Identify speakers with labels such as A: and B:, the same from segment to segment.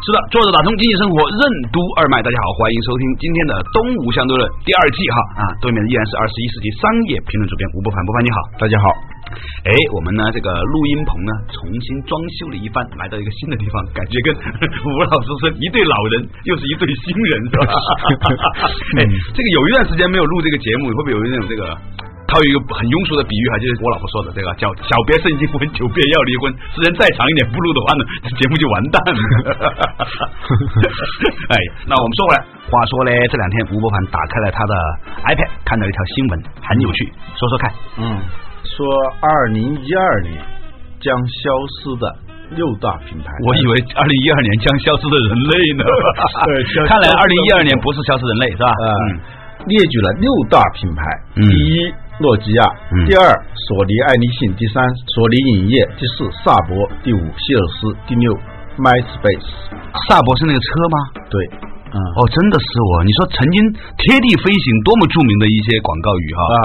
A: 是的，坐着打通经济生活任督二脉。大家好，欢迎收听今天的《东吴相对论》第二季哈啊，对面依然是二十一世纪商业评论主编吴伯凡，伯凡你好。
B: 大家好，
A: 哎，我们呢这个录音棚呢重新装修了一番，来到一个新的地方，感觉跟 吴老师是一对老人，又是一对新人，是 吧？哎，这个有一段时间没有录这个节目，会不会有一种这个？套一个很庸俗的比喻哈，就是我老婆说的这个叫“小别胜新婚，久别要离婚”。时间再长一点不录的话呢，这节目就完蛋了。 哎，那我们说回来，话说嘞，这两天吴伯凡打开了他的 iPad，看到一条新闻，很有趣，说说看。
B: 嗯，说二零一二年将消失的六大品牌，
A: 我以为二零一二年将消失的人类 呢
B: 对消失的
A: 看来二零一二年不是消失嗯人类是吧？
B: 呃、列举了六大品牌，
A: 嗯
B: 第一诺基亚，
A: 嗯
B: 第二索尼爱立信，第三索尼影业，第四萨博，第五希尔斯，第六 MySpace。
A: 萨博是那个车吗？
B: 对，嗯
A: 哦，真的是我。你说曾经贴地飞行多么著名的一些广告语哈、
B: 啊，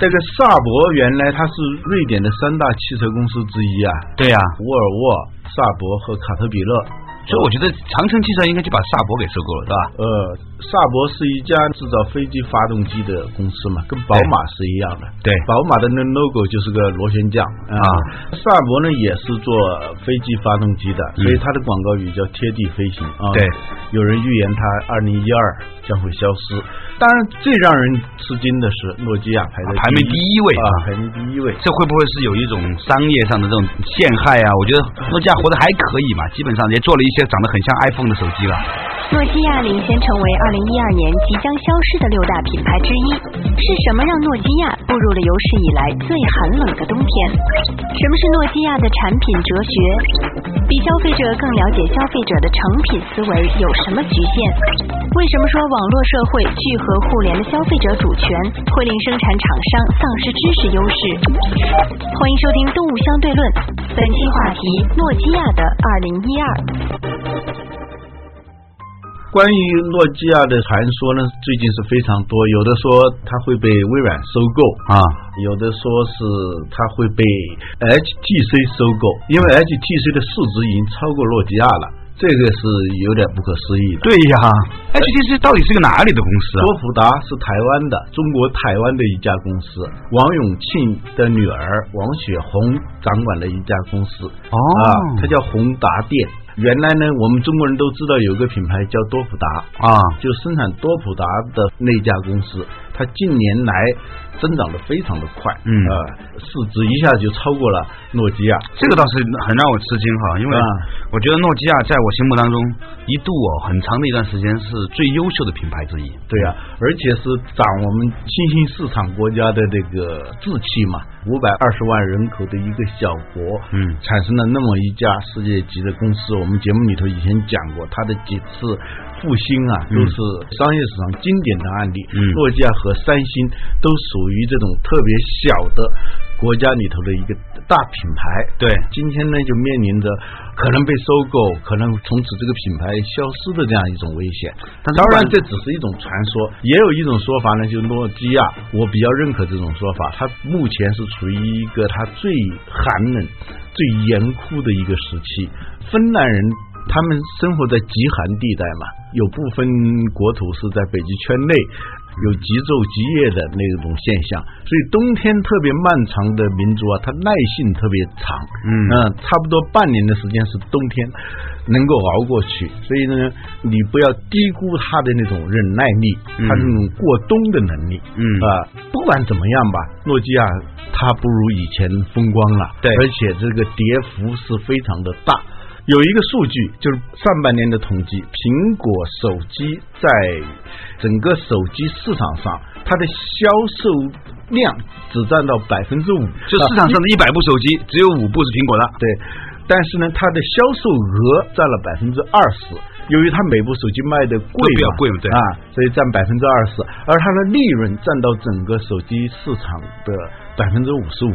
B: 这个萨博原来它是瑞典的三大汽车公司之一啊，
A: 对呀、
B: 沃尔沃、萨博和卡特彼勒。
A: 所以我觉得长城汽车应该就把萨博给收购了，是吧？
B: 呃，萨博是一家制造飞机发动机的公司嘛，跟宝马是一样的。
A: 对
B: 宝马的那 logo 就是个螺旋桨啊
A: 啊
B: 萨博呢也是做飞机发动机的，所以它的广告语叫贴地飞行啊。
A: 嗯对，
B: 有人预言它二零一二将会消失。当然，最让人吃惊的是诺基亚排在
A: 排名第一位
B: 啊，排名第一位。
A: 这会不会是有一种商业上的这种陷害啊？我觉得诺基亚活得还可以嘛，基本上也做了一些长得很像 iPhone 的手机了。
C: 诺基亚领先成为2012年即将消失的六大品牌之一。是什么让诺基亚步入了有史以来最寒冷的冬天？什么是诺基亚的产品哲学？比消费者更了解消费者的成品思维有什么局限？为什么说网络社会聚合互联的消费者主权会令生产厂商丧失知识优势？欢迎收听《动物相对论》，本期话题：诺基亚的2012。
B: 关于诺基亚的传说呢，最近是非常多，有的说它会被微软收购
A: 啊，
B: 有的说是它会被 HTC 收购，因为 HTC 的市值已经超过诺基亚了，这个是有点不可思议的。
A: 对呀，HTC 到哎底是个哪里的公司啊
B: 多？普达是台湾的，中国台湾的一家公司，王永庆的女儿王雪红掌管的一家公司，
A: 哦
B: 啊，它叫宏达电。原来呢，我们中国人都知道有个品牌叫多普达，
A: 啊，
B: 就生产多普达的那家公司，它近年来增长的非常的快，
A: 嗯
B: 呃，市值一下就超过了诺基亚。
A: 这个倒是很让我吃惊哈，因为
B: 啊
A: 我觉得诺基亚在我心目当中一度哦很长的一段时间是最优秀的品牌之一。
B: 对呀、而且是长我们新兴市场国家的这个志气嘛，五百二十万人口的一个小国，
A: 嗯
B: 产生了那么一家世界级的公司。我们节目里头以前讲过，它的几次复兴啊，都是商业市场经典的案例。
A: 嗯
B: 诺基亚和三星都属于这种特别小的国家里头的一个大品牌。
A: 对
B: 今天呢，就面临着可能被收购，可能从此这个品牌消失的这样一种危险。
A: 但是
B: 当然
A: 不管，
B: 这只是一种传说，也有一种说法呢，就是诺基亚，我比较认可这种说法，它目前是处于一个它最寒冷、最严酷的一个时期。芬兰人他们生活在极寒地带嘛，有部分国土是在北极圈内。有极昼极夜的那种现象，所以冬天特别漫长的民族啊，它耐性特别长，
A: 嗯
B: 嗯，差不多半年的时间是冬天，能够熬过去。所以呢，你不要低估他的那种忍耐力，
A: 嗯
B: 他那种过冬的能力。
A: 嗯
B: 啊、不管怎么样吧，诺基亚它不如以前风光了，
A: 对
B: 而且这个跌幅是非常的大。有一个数据就是上半年的统计，苹果手机在整个手机市场上，它的销售量只占到百分之五，
A: 啊就市场上的一百部手机，只有五部是苹果的。
B: 对，但是呢，它的销售额占了百分之二十。由于它每部手机卖的贵
A: 都比较
B: 嘛
A: 贵嘛对
B: 啊，所以占百分之二十，而它的利润占到整个手机市场的百分之五十五。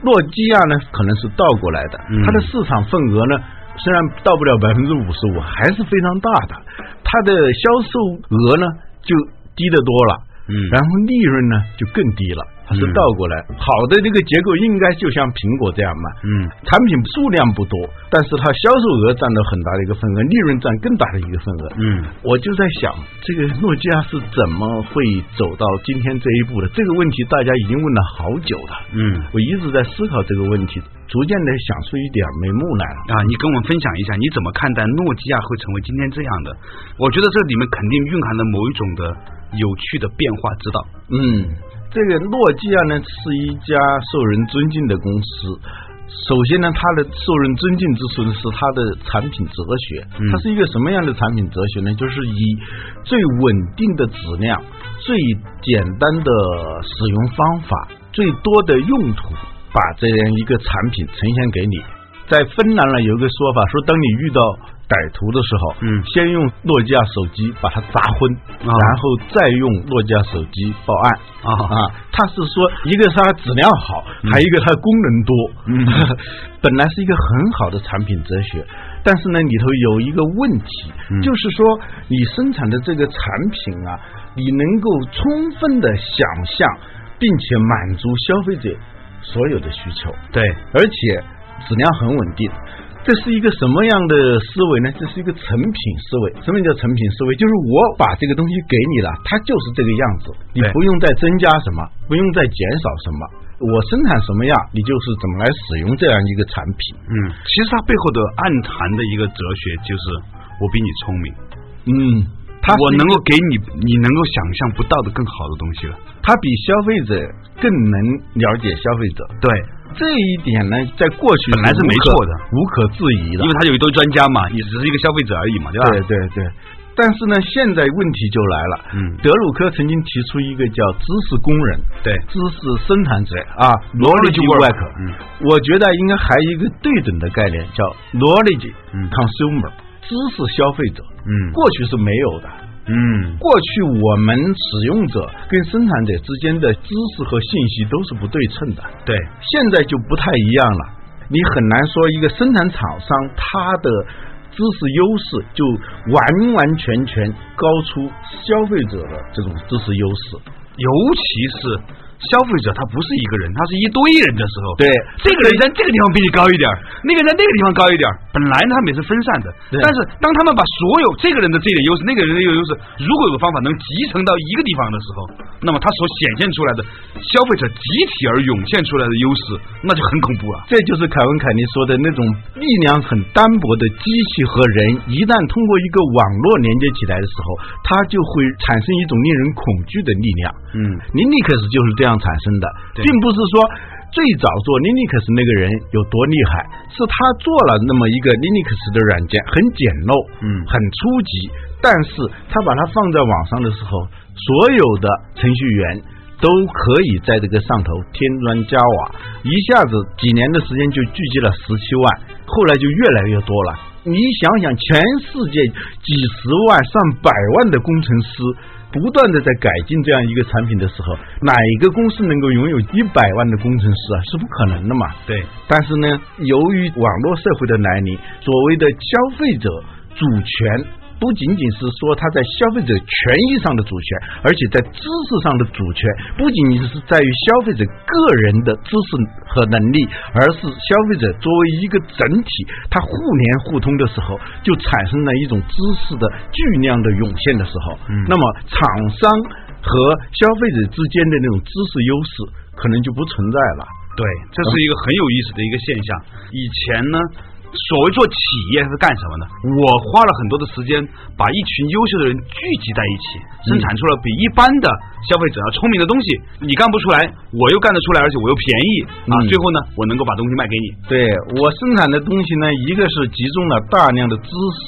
B: 诺基亚呢，可能是倒过来的，
A: 嗯
B: 它的市场份额呢，虽然到不了百分之五十五，还是非常大的。它的销售额呢，就低得多了。
A: 嗯
B: 然后利润呢就更低了，它是
A: 嗯
B: 倒过来。好的这个结构应该就像苹果这样嘛，
A: 嗯，
B: 产品数量不多，但是它销售额占到很大的一个份额，利润占更大的一个份额。
A: 嗯，
B: 我就在想，这个诺基亚是怎么会走到今天这一步的？这个问题大家已经问了好久了。
A: 嗯
B: 我一直在思考这个问题，逐渐的想出一点眉目来了。
A: 啊，你跟我们分享一下，你怎么看待诺基亚会成为今天这样的？我觉得这里面肯定蕴含了某一种的有趣的变化之道。
B: 嗯，这个诺基亚呢是一家受人尊敬的公司。首先呢，它的受人尊敬之处呢是它的产品哲学。
A: 嗯
B: 它是一个什么样的产品哲学呢？就是以最稳定的质量、最简单的使用方法、最多的用途，把这样一个产品呈现给你。在芬兰呢，有一个说法说，当你遇到歹徒的时候，
A: 嗯
B: 先用诺基亚手机把它砸昏，
A: 啊
B: 然后再用诺基亚手机报案
A: 啊
B: 它是说，一个是它质量好，还有一个它功能多。
A: 嗯
B: 本来是一个很好的产品哲学，但是呢，里头有一个问题，
A: 嗯
B: 就是说你生产的这个产品啊，你能够充分的想象，并且满足消费者所有的需求。
A: 对，
B: 而且质量很稳定。这是一个什么样的思维呢？这是一个成品思维。什么叫成品思维？就是我把这个东西给你了，它就是这个样子，你
A: 对
B: 不用再增加什么，不用再减少什么，我生产什么样，你就是怎么来使用这样一个产品。
A: 嗯，其实它背后的暗含的一个哲学就是我比你聪明，
B: 嗯，它
A: 我
B: 是一
A: 能
B: 个
A: 够给你你能够想象不到的更好的东西了。
B: 它比消费者更能了解消费者。
A: 对，
B: 这一点呢，在过去
A: 本来是
B: 无
A: 没
B: 可
A: 错的
B: 无可置疑的
A: 因为。他有一堆专家嘛，你只是一个消费者而已嘛，对吧？
B: 对对对。但是呢，现在问题就来了。
A: 嗯
B: 德鲁克曾经提出一个叫“知识工人”、
A: 对
B: “知识生产者”啊，knowledge
A: work，
B: work。
A: 嗯，
B: 我觉得应该还有一个对等的概念，叫 knowledge
A: 嗯
B: consumer，、知识消费者。
A: 嗯
B: 过去是没有的。
A: 嗯
B: 过去我们使用者跟生产者之间的知识和信息都是不对称的。
A: 对，
B: 现在就不太一样了，你很难说一个生产厂商他的知识优势就完完全全高出消费者的这种知识优势。
A: 尤其是消费者，他不是一个人，他是一堆人的时候，
B: 对，
A: 这个人在这个地方比你高一点儿，那个人在那个地方高一点儿。本来呢，他们也是分散的，
B: 对
A: 但是当他们把所有这个人的这点优势、那个人的优势，如果有个方法能集成到一个地方的时候，那么他所显现出来的消费者集体而涌现出来的优势，那就很恐怖啊！
B: 这就是凯文·凯利说的那种力量很单薄的机器和人，一旦通过一个网络连接起来的时候，它就会产生一种令人恐惧的力量。
A: 嗯
B: 尼尼克斯就是这样产生的，
A: 对
B: 并不是说最早做尼尼克斯那个人有多厉害，是他做了那么一个尼尼克斯的软件，很简陋，
A: 嗯
B: 很初级，但是他把它放在网上的时候，所有的程序员。都可以在这个上头添砖加瓦，一下子几年的时间就聚集了十七万，后来就越来越多了。你想想，全世界几十万、上百万的工程师，不断的在改进这样一个产品的时候，哪一个公司能够拥有一百万的工程师啊？是不可能的嘛。
A: 对，
B: 但是呢，由于网络社会的来临，所谓的消费者主权不仅仅是说他在消费者权益上的主权，而且在知识上的主权不仅仅是在于消费者个人的知识和能力，而是消费者作为一个整体，它互联互通的时候，就产生了一种知识的巨量的涌现的时候，
A: 嗯
B: 那么厂商和消费者之间的那种知识优势可能就不存在了。
A: 对，这是一个很有意思的一个现象。以前呢，所谓做企业是干什么呢？我花了很多的时间，把一群优秀的人聚集在一起，
B: 嗯
A: 生产出了比一般的消费者要聪明的东西。你干不出来，我又干得出来，而且我又便宜啊！
B: 嗯
A: 最后呢，我能够把东西卖给你。
B: 对我生产的东西呢，一个是集中了大量的知识、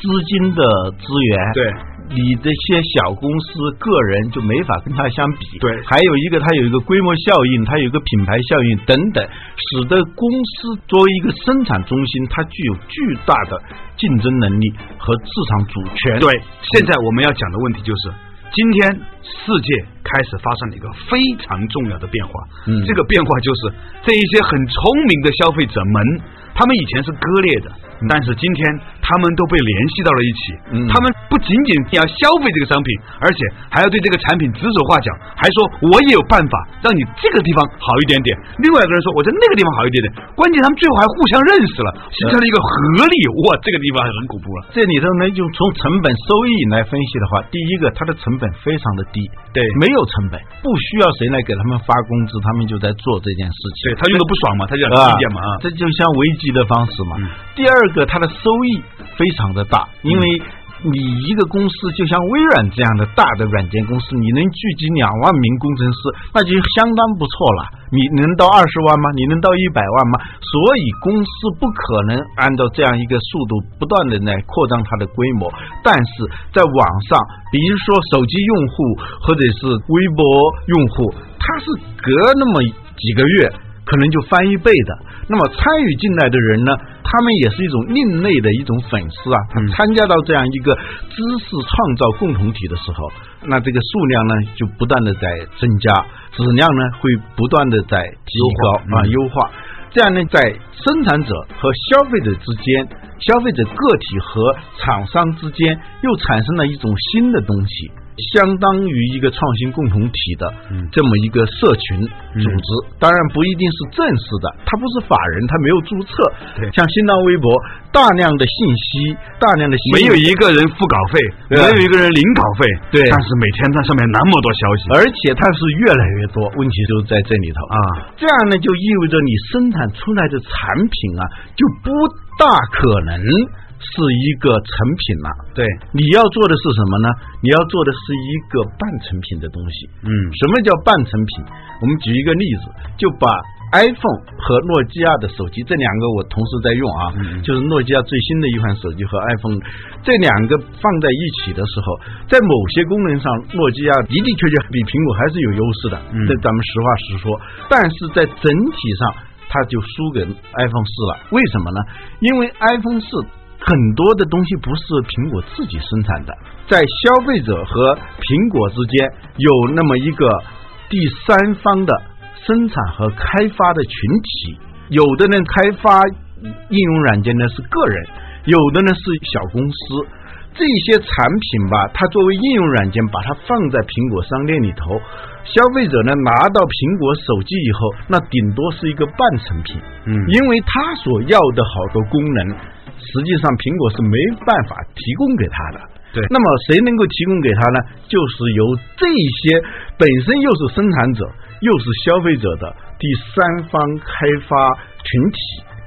B: 资金的资源，
A: 对，
B: 你这些小公司、个人就没法跟它相比。
A: 对
B: 还有一个它有一个规模效应，它有一个品牌效应等等，使得公司作为一个生产中心，它具有巨大的竞争能力和市场主权。
A: 对，现在我们要讲的问题就是，今天世界开始发生了一个非常重要的变化。
B: 嗯
A: 这个变化就是这一些很聪明的消费者们，他们以前是割裂的，但是今天他们都被联系到了一起。
B: 嗯
A: 他们不仅仅要消费这个商品，而且还要对这个产品指手画脚，还说我也有办法让你这个地方好一点点。另外一个人说我在那个地方好一点点。关键他们最后还互相认识了，形成了一个合力。哇，这个地方很恐怖啊了。
B: 这里头呢，就从成本收益来分析的话，第一个它的成本非常的低，
A: 对
B: 没有成本，不需要谁来给他们发工资，他们就在做这件事情。
A: 对他用的不爽嘛，他就想意
B: 啊
A: 见嘛啊。
B: 这就像危机的方式嘛。
A: 嗯
B: 第二个，它的收益非常的大，因为你一个公司就像微软这样的大的软件公司，你能聚集两万名工程师，那就相当不错了。你能到二十万吗？你能到一百万吗？所以公司不可能按照这样一个速度不断的来扩张它的规模，但是在网上，比如说手机用户或者是微博用户，它是隔那么几个月可能就翻一倍的。那么参与进来的人呢，他们也是一种另类的一种粉丝啊。他
A: 嗯
B: 参加到这样一个知识创造共同体的时候，那这个数量呢就不断的在增加，质量呢会不断的在提高
A: 优化嗯
B: 啊，优化。这样呢，在生产者和消费者之间，消费者个体和厂商之间又产生了一种新的东西，相当于一个创新共同体的
A: 嗯
B: 这么一个社群组织。当然不一定是正式的，它不是法人，它没有注册
A: 对。
B: 像新浪微博，大量的信息，大量的信
A: 没
B: 息
A: 有一个人付稿费，
B: 对啊
A: 没有一个人领稿费，
B: 对
A: 但是每天那上面那么多消息
B: 而且它是越来越多，问题就在这里头
A: 啊，
B: 这样呢，就意味着你生产出来的产品啊，就不大可能是一个成品了、
A: 对，
B: 你要做的是什么呢？你要做的是一个半成品的东西。
A: 嗯，
B: 什么叫半成品？我们举一个例子，就把 iPhone 和诺基亚的手机这两个我同时在用啊，
A: 嗯
B: 就是诺基亚最新的一款手机和 iPhone 这两个放在一起的时候，在某些功能上，诺基亚的的确确比苹果还是有优势的，
A: 嗯
B: 这咱们实话实说。但是在整体上，它就输给 iPhone 四了。为什么呢？因为 iPhone 四很多的东西不是苹果自己生产的，在消费者和苹果之间有那么一个第三方的生产和开发的群体，有的人开发应用软件呢是个人，有的呢是小公司。这些产品吧，它作为应用软件，把它放在苹果商店里头，消费者呢拿到苹果手机以后，那顶多是一个半成品。
A: 嗯
B: 因为它所要的好多功能，实际上苹果是没办法提供给它的。
A: 对
B: 那么谁能够提供给它呢？就是由这些本身又是生产者又是消费者的第三方开发群体，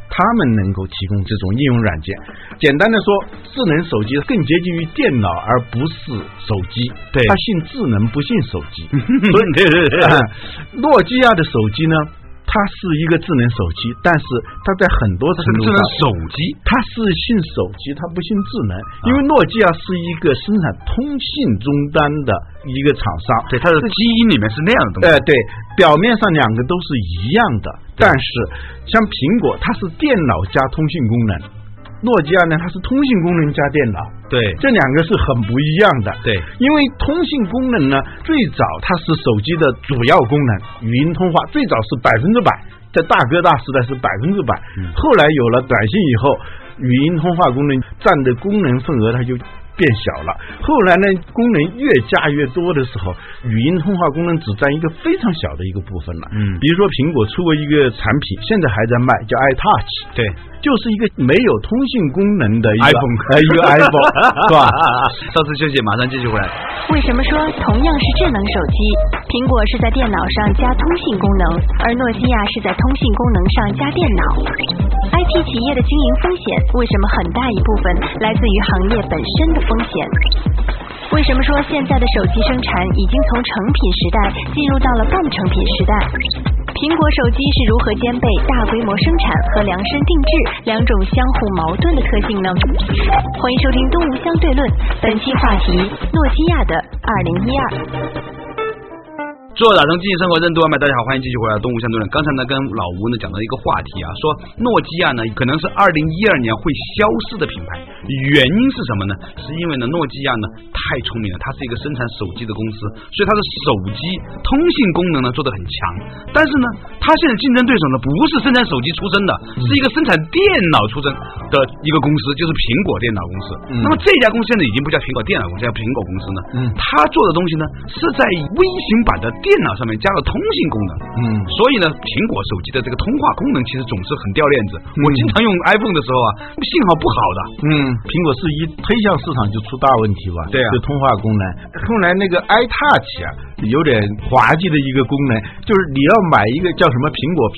B: 他们能够提供这种应用软件。简单的说，智能手机更接近于电脑而不是手机，
A: 对
B: 它信智能不信手机。
A: 所以对对对，
B: 诺基亚的手机呢，它是一个智能手机，但是它在很多程度
A: 智
B: 上
A: 能，手机，
B: 它是信手机，它不信智能，因为诺基亚是一个生产通信终端的一个厂商，
A: 对，它的基因里面是那样的东西
B: 呃，，对，表面上两个都是一样的，但是像苹果，它是电脑加通信功能，诺基亚呢，它是通信功能加电脑，
A: 对
B: 这两个是很不一样的。
A: 对
B: 因为通信功能呢，最早它是手机的主要功能，语音通话最早是百分之百，在大哥大时代是百分之百，
A: 嗯
B: 后来有了短信以后，语音通话功能占的功能份额它就。变小了，后来呢，功能越加越多的时候，语音通话功能只占一个非常小的一个部分了。
A: 嗯
B: 比如说苹果出过一个产品，现在还在卖，叫 iTouch。
A: 对，
B: 就是一个没有通信功能的一个
A: iPhone
B: 呃 一个 iPhone 是吧？
A: 稍事休息，马上继续回来。
C: 为什么说同样是智能手机，苹果是在电脑上加通信功能，而诺基亚是在通信功能上加电脑？IP 企业的经营风险为什么很大一部分来自于行业本身的风险？为什么说现在的手机生产已经从成品时代进入到了半成品时代？苹苹果手机是如何兼备大规模生产和量身定制两种相互矛盾的特性呢？欢迎收听《东吴相对论》，本期话题：诺基亚的二零一二。
A: 最后打通经济生活任督二脉，大家好，欢迎继续回来《东吴相对论》。刚才呢，跟老吴呢讲到一个话题啊，说诺基亚呢可能是二零一二年会消失的品牌，原因是什么呢？是因为呢诺基亚呢太聪明了，它是一个生产手机的公司，所以它的手机通信功能呢做得很强。但是呢，它现在竞争对手呢不是生产手机出身的，是一个生产电脑出身的一个公司，就是苹果电脑公司。那么这家公司现在已经不叫苹果电脑公司，叫苹果公司呢，
B: 嗯
A: 它做的东西呢是在微型版的电脑上面加了通信功能。
B: 嗯
A: 所以呢，苹果手机的这个通话功能其实总是很掉链子。我经常用 iPhone 的时候啊，信号不好的，
B: 嗯，苹果是一推向市场就出大问题吧？
A: 对啊
B: 就通话功能。后来那个 iTouch 啊，有点滑稽的一个功能，就是你要买一个叫什么苹果皮，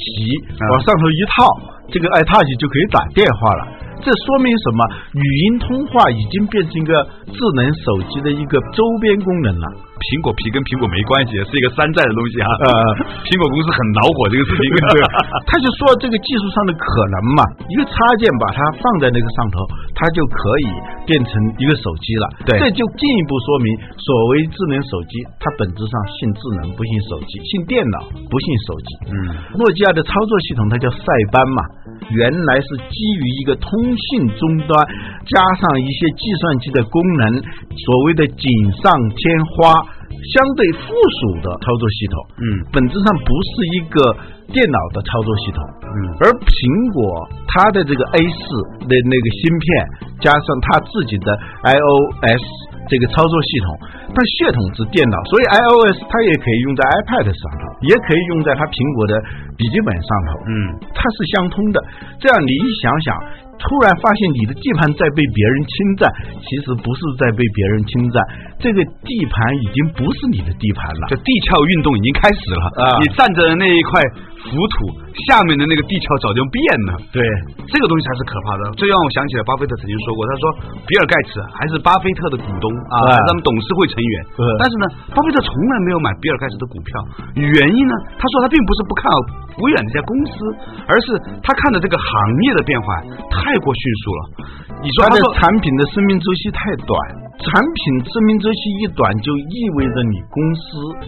B: 往上头一套，这个 iTouch 就可以打电话了。这说明什么？语音通话已经
A: 嗯
B: 变成一个智能手机的一个周边功能了。
A: 苹果皮跟苹果没关系，是一个山寨的东西啊。
B: 呃，
A: 苹果公司很恼火这个事 情。
B: 他就说这个技术上的可能嘛，一个插件把它放在那个上头，它就可以变成一个手机了。
A: 对
B: 这就进一步说明，所谓智能手机，它本质上信智能不信手机，信电脑不信手机。
A: 嗯，
B: 诺基亚的操作系统它叫塞班嘛，原来是基于一个通信终端，加上一些计算机的功能，所谓的锦上添花，相对附属的操作系统。
A: 嗯
B: 本质上不是一个电脑的操作系统，
A: 嗯
B: 而苹果它的这个 A 四的那个芯片，加上它自己的 iOS 这个操作系统，它血统是电脑，所以 iOS 它也可以用在 iPad 上头，也可以用在它苹果的笔记本上头，
A: 嗯，
B: 它是相通的。这样你一想想。突然发现你的地盘在被别人侵占，其实不是在被别人侵占，这个地盘已经不是你的地盘了
A: 这。地壳运动已经开始了
B: 啊
A: 你站着的那一块浮土下面的那个地壳早就变了。
B: 对，
A: 这个东西才是可怕的。这让我想起来，巴菲特曾经说过，他说比尔盖茨还是巴菲特的股东啊，还
B: 对
A: 是他们董事会成员
B: 对。
A: 但是呢，巴菲特从来没有买比尔盖茨的股票，原因呢，他说他并不是不看好微软这家公司，而是他看的这个行业的变化太过迅速了。你说他
B: 它的
A: 说
B: 产品的生命周期太短，产品生命周期一短，就意味着你公司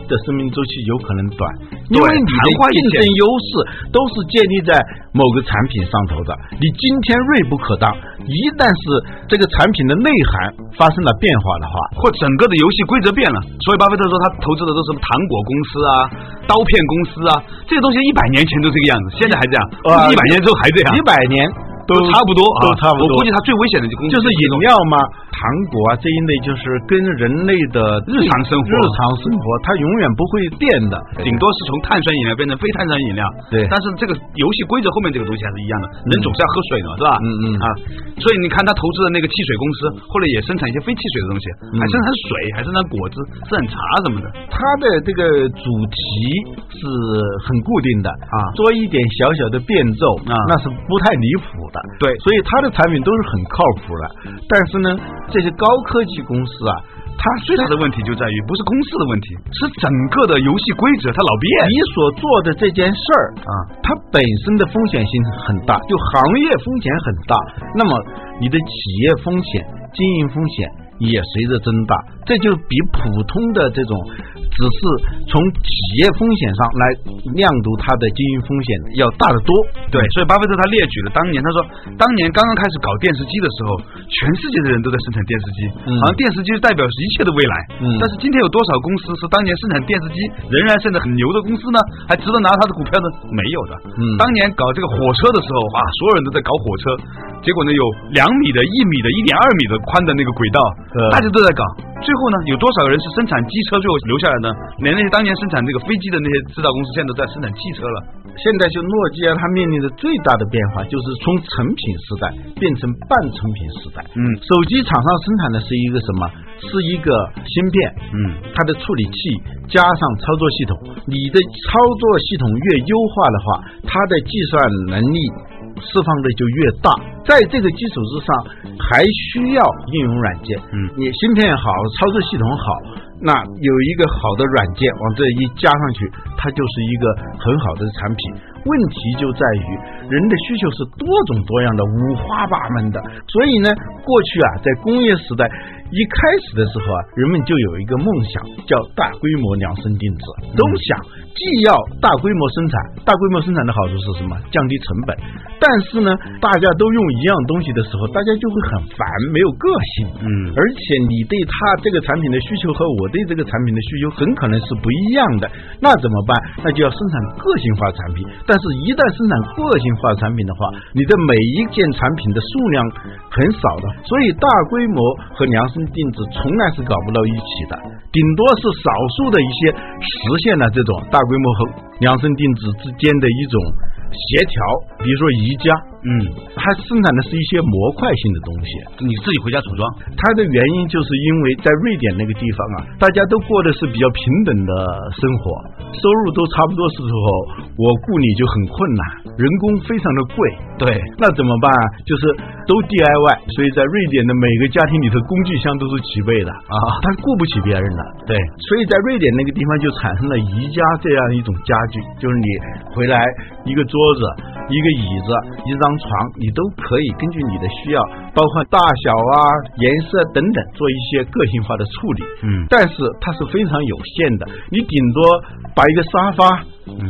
B: 的生命周期有可能短，因为你的
A: 昙花一现
B: 竞争优势都是建立在某个产品上头的。你今天锐不可当，一旦是这个产品的内涵发生了变化的话，
A: 或整个的游戏规则变了，所以巴菲特说他投资的都是什么糖果公司啊、刀片公司啊，这些东西一百年前都这个样子，现在还这样，
B: 啊
A: 一百年之后还这样
B: 一。百年
A: 都
B: 都
A: 差不多啊，
B: 都差不多。
A: 我估计他最危险的就公司
B: 就是饮
A: 这种
B: 料嘛，糖果啊这一类，就是跟人类的
A: 日常生活
B: 日常生活，它永远不会变的。
A: 顶多是从碳酸饮料变成非碳酸饮料。
B: 对
A: 但是这个游戏规则后面这个东西还是一样的，人总是要喝水嘛，是吧？
B: 嗯嗯
A: 啊，所以你看他投资的那个汽水公司，后来也生产一些非汽水的东西，
B: 嗯
A: 还生产水，还生产果汁、生产茶什么的。
B: 它的这个主题是很固定的
A: 啊
B: 做一点小小的变奏
A: 啊
B: 那是不太离谱的。
A: 对
B: 所以它的产品都是很靠谱的。但是呢，这些高科技公司啊，它虽
A: 最
B: 然
A: 大的问题就在于不是公司的问题，是整个的游戏规则它老变。
B: 你所做的这件事儿
A: 啊，
B: 它本身的风险性很大，就行业风险很大。那么你的企业风险、经营风险也随着增大，这就比普通的这种只是从企业风险上来量度它的经营风险要大得多。
A: 对，所以巴菲特他列举了当年，他说当年刚刚开始搞电视机的时候，全世界的人都在生产电视机，
B: 嗯
A: 好像电视机就代表一切的未来。
B: 嗯
A: 但是今天有多少公司是当年生产电视机仍然现在很牛的公司呢？还值得拿它的股票呢？没有的。
B: 嗯
A: 当年搞这个火车的时候啊，所有人都在搞火车，结果呢有两米的、一米的、一点二米的宽的那个轨道，
B: 呃
A: 大家都在搞。最后呢，有多少人是生产机车最后留下来呢？连那些当年生产这个飞机的那些制造公司，现在都在生产汽车了。
B: 现在就诺基亚它面临的最大的变化就是从成品时代变成半成品时代。
A: 嗯
B: 手机厂商生产的是一个什么？是一个芯片，
A: 嗯
B: 它的处理器加上操作系统，你的操作系统越优化的话，它的计算能力释放的就越大。在这个基础之上，还需要应用软件。
A: 嗯
B: 你芯片好，操作系统好，那有一个好的软件往这一加上去，它就是一个很好的产品。问题就在于人的需求是多种多样的、五花八门的，所以呢，过去啊，在工业时代一开始的时候啊，人们就有一个梦想，叫大规模量身定制，都想既要大规模生产，大规模生产的好处是什么？降低成本。但是呢，大家都用一样东西的时候，大家就会很烦，没有个性。
A: 嗯
B: 而且你对它这个产品的需求和我对这个产品的需求很可能是不一样的，那怎么办？那就要生产个性化产品。但是，一旦生产个性化产品的话，你的每一件产品的数量很少的，所以大规模和量身定制从来是搞不到一起的，顶多是少数的一些实现了这种大规模和量身定制之间的一种协调，比如说宜家，
A: 嗯，
B: 它生产的是一些模块性的东西。
A: 你自己回家组装，
B: 它的原因就是因为在瑞典那个地方啊，大家都过的是比较平等的生活，收入都差不多时候，我雇你就很困难，人工非常的贵。
A: 对，
B: 那怎么办啊？就是都 DIY，所以在瑞典的每个家庭里头，工具箱都是齐备的啊，他顾不起别人的。
A: 对，
B: 所以在瑞典那个地方就产生了宜家这样一种家具，就是 你回来一个桌子、一个椅子、一张床，你都可以根据你的需要，包括大小啊、颜色等等，做一些个性化的处理。
A: 嗯
B: 但是它是非常有限的，你顶多把一个沙发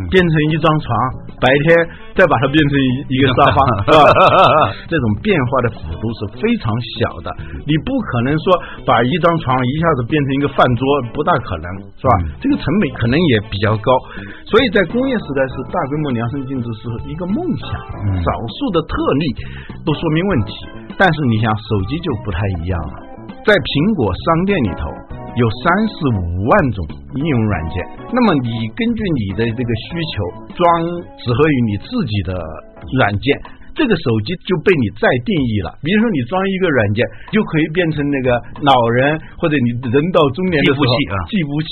B: 变成一张床，白天再把它变成一一个沙 发，是吧？ 这种变化的幅度是非常小的，你不可能说把一张床一下子变成一个饭桌，不大可能，是吧？这个成本可能也比较高，所以在工业时代是大规模量身定制是一个梦想，少数的特例都说明问题。但是你想，手机就不太一样了。在苹果商店里头有三十五万种应用软件，那么你根据你的这个需求装适合于你自己的软件。这个手机就被你再定义了，比如说你装一个软件，就可以变成那个老人或者你人到中年的时
A: 计步
B: 候
A: 器啊
B: 计步器。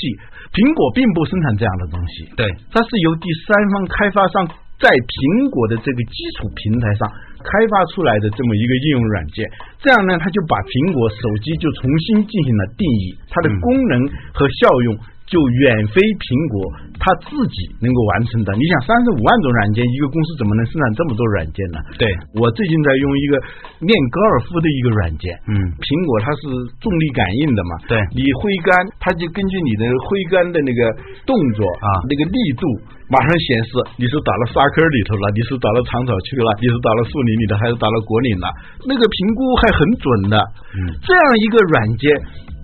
B: 苹果并不生产这样的东西，
A: 对，
B: 它是由第三方开发商在苹果的这个基础平台上开发出来的这么一个应用软件，这样呢，它就把苹果手机就重新进行了定义，它的功能和效用就远非苹果它自己能够完成的。你想，三十五万种软件，一个公司怎么能生产这么多软件呢？
A: 对，
B: 我最近在用一个练高尔夫的一个软件，
A: 嗯
B: 苹果它是重力感应的嘛，
A: 对
B: 你挥杆，它就根据你的挥杆的那个动作
A: 啊
B: 那个力度，马上显示你是打到沙坑里头了，你是打到长草区了，你是打到树林里头，还是打到果岭了？那个评估还很准的。嗯，这样一个软件。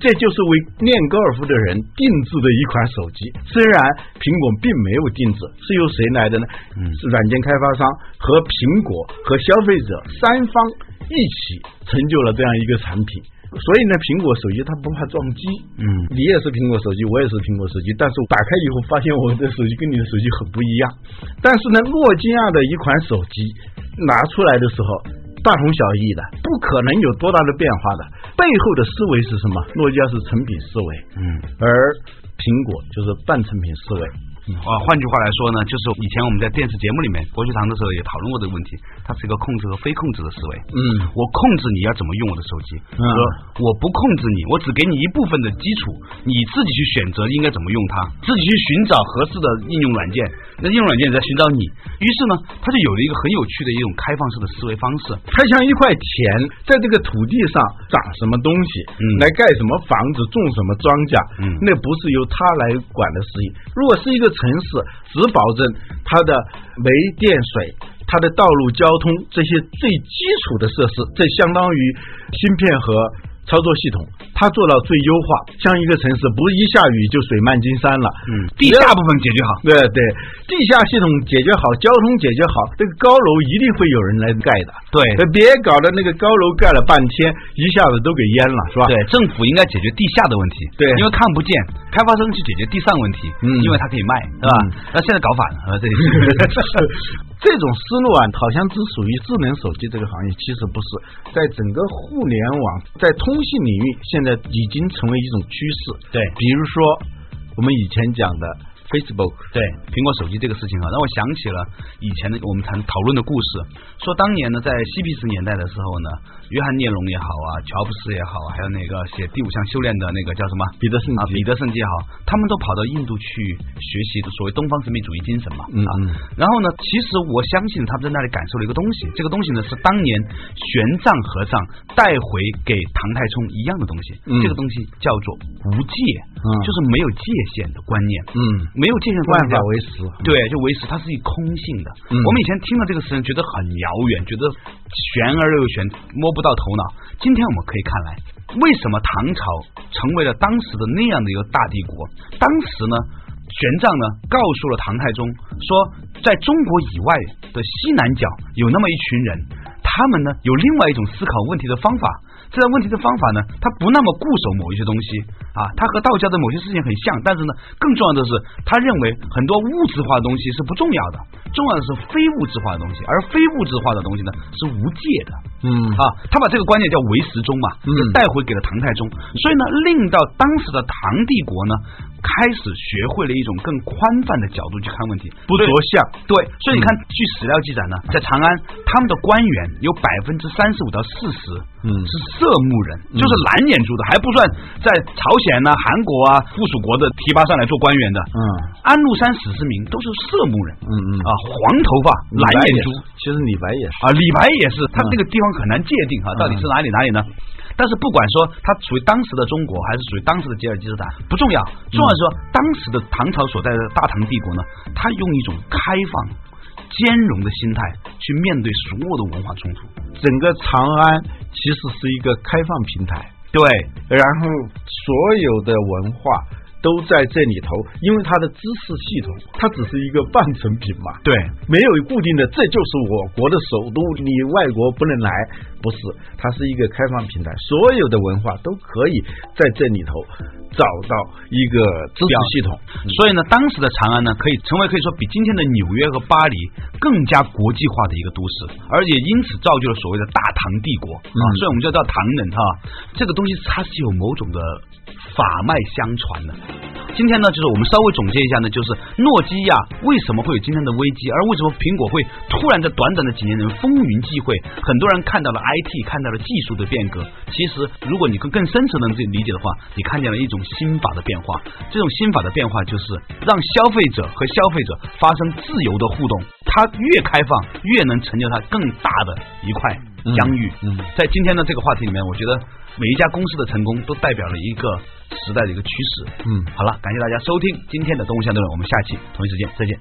B: 这就是为练高尔夫的人定制的一款手机，虽然苹果并没有定制，是由谁来的呢？是软件开发商和苹果和消费者三方一起成就了这样一个产品。所以呢，苹果手机它不怕撞击，
A: 嗯
B: 你也是苹果手机，我也是苹果手机，但是打开以后发现我的手机跟你的手机很不一样。但是呢，诺基亚的一款手机拿出来的时候，大同小异的，不可能有多大的变化的。背后的思维是什么？诺基亚是成品思维，
A: 嗯，
B: 而苹果就是半成品思维。
A: 啊，换句话来说呢，就是以前我们在电视节目里面国学堂的时候也讨论过这个问题，它是一个控制和非控制的思维。
B: 嗯
A: 我控制你要怎么用我的手机，
B: 嗯
A: 说我不控制你，我只给你一部分的基础，你自己去选择应该怎么用它，自己去寻找合适的应用软件，那应用软件在寻找你，于是呢，它就有了一个很有趣的一种开放式的思维方式。
B: 它像一块田，在这个土地上长什么东西，
A: 嗯
B: 来盖什么房子，种什么庄稼，
A: 嗯
B: 那不是由他来管的事情。如果是一个城市，只保证它的煤电水。它的道路交通这些最基础的设施，这相当于芯片和操作系统，它做到最优化。像一个城市，不是一下雨就水漫金山了，
A: 嗯，第
B: 只要
A: 大部分解决好。
B: 对对，地下系统解决好，交通解决好，这个高楼一定会有人来盖的。
A: 对
B: 呃别搞得那个高楼盖了半天，一下子都给淹了，是吧？
A: 对，政府应该解决地下的问题，
B: 啊对
A: 因为看不见，开发商去解决地上问题，
B: 嗯
A: 因为它可以卖，是吧那、
B: 嗯？
A: 现在搞反了，呃这里是
B: 这种思路啊，好像只属于智能手机这个行业，其实不是。在整个互联网，在通信领域，现在已经成为一种趋势。
A: 对
B: 比如说我们以前讲的 Facebook，
A: 对苹果手机这个事情啊，让我想起了以前的我们谈讨论的故事，说当年呢，在嬉皮士年代的时候呢，约翰涅龙也好啊，乔布斯也好啊，还有那个写《第五项修炼》的那个叫什么
B: 彼得圣
A: 啊，彼
B: 吉
A: 得圣吉也好，他们都跑到印度去学习所谓东方神秘主义精神嘛，
B: 嗯
A: 啊
B: 嗯，
A: 然后呢，其实我相信他们在那里感受了一个东西，这个东西呢是当年玄奘和尚带回给唐太宗一样的东西，
B: 嗯
A: 这个东西叫做无界，
B: 嗯
A: 就是没有界限的观念，
B: 嗯，
A: 没有界限的观
B: 万
A: 念
B: 法
A: 叫
B: 为实，
A: 对，就唯识，它是一空性的。
B: 嗯
A: 我们以前听到这个词，觉得很遥远，觉得悬而又悬，摸不到头脑。今天我们可以看来，为什么唐朝成为了当时的那样的一个大帝国？当时呢，玄奘呢告诉了唐太宗说，在中国以外的西南角有那么一群人，他们呢有另外一种思考问题的方法。这个问题的方法呢，它不那么固守某一些东西啊，它和道教的某些事情很像，但是呢，更重要的是，他认为很多物质化的东西是不重要的，重要的是非物质化的东西，而非物质化的东西呢是无界的。
B: 嗯
A: 啊，他把这个观念叫唯识宗嘛，
B: 嗯
A: 就带回给了唐太宗，所以呢，令到当时的唐帝国呢，开始学会了一种更宽泛的角度去看问题，
B: 不着相。嗯
A: 对，所以你看，据史料记载呢，在长安，他们的官员有百分之三十五到四十，
B: 嗯
A: 是色目人，就是蓝眼珠的，还不算在朝鲜呐、韩国啊附属国的提拔上来做官员的。
B: 嗯
A: 安禄山史思明都是色目人，
B: 嗯嗯
A: 啊，黄头发，蓝
B: 李白
A: 眼
B: 也
A: 珠
B: 是，其实李白也是，
A: 啊，李白也是，他
B: 嗯
A: 这个地方很难界定哈、到底是哪里哪里呢？但是不管说它属于当时的中国，还是属于当时的吉尔吉斯斯坦，不重要，重要是说当时的唐朝所在的大唐帝国呢，它用一种开放、兼容的心态去面对所有的文化冲突。
B: 整个长安其实是一个开放平台。
A: 对，
B: 然后所有的文化都在这里头，因为它的知识系统，它只是一个半成品嘛，
A: 对，
B: 没有固定的，这就是我国的首都，你外国不能来，不是，它是一个开放平台，所有的文化都可以在这里头找到一个知识系统，
A: 所以呢，当时的长安呢，可以成为可以说比今天的纽约和巴黎更加国际化的一个都市，而也因此造就了所谓的大唐帝国啊。所以我们就叫唐人哈、这个东西它是有某种的法脉相传的。今天呢，就是我们稍微总结一下呢，就是诺基亚为什么会有今天的危机，而为什么苹果会突然在短短的几年中风云际会，很多人看到了 IT，看到了技术的变革。其实，如果你更更深层的去理解的话，你看见了一种心法的变化。这种心法的变化就是让消费者和消费者发生自由的互动，它越开放，越能成就它更大的一块疆域。
B: 嗯嗯
A: 在今天的这个话题里面，我觉得每一家公司的成功都代表了一个时代的一个趋势。
B: 嗯
A: 好了，感谢大家收听今天的《动物相对论》，我们下期同一时间再见。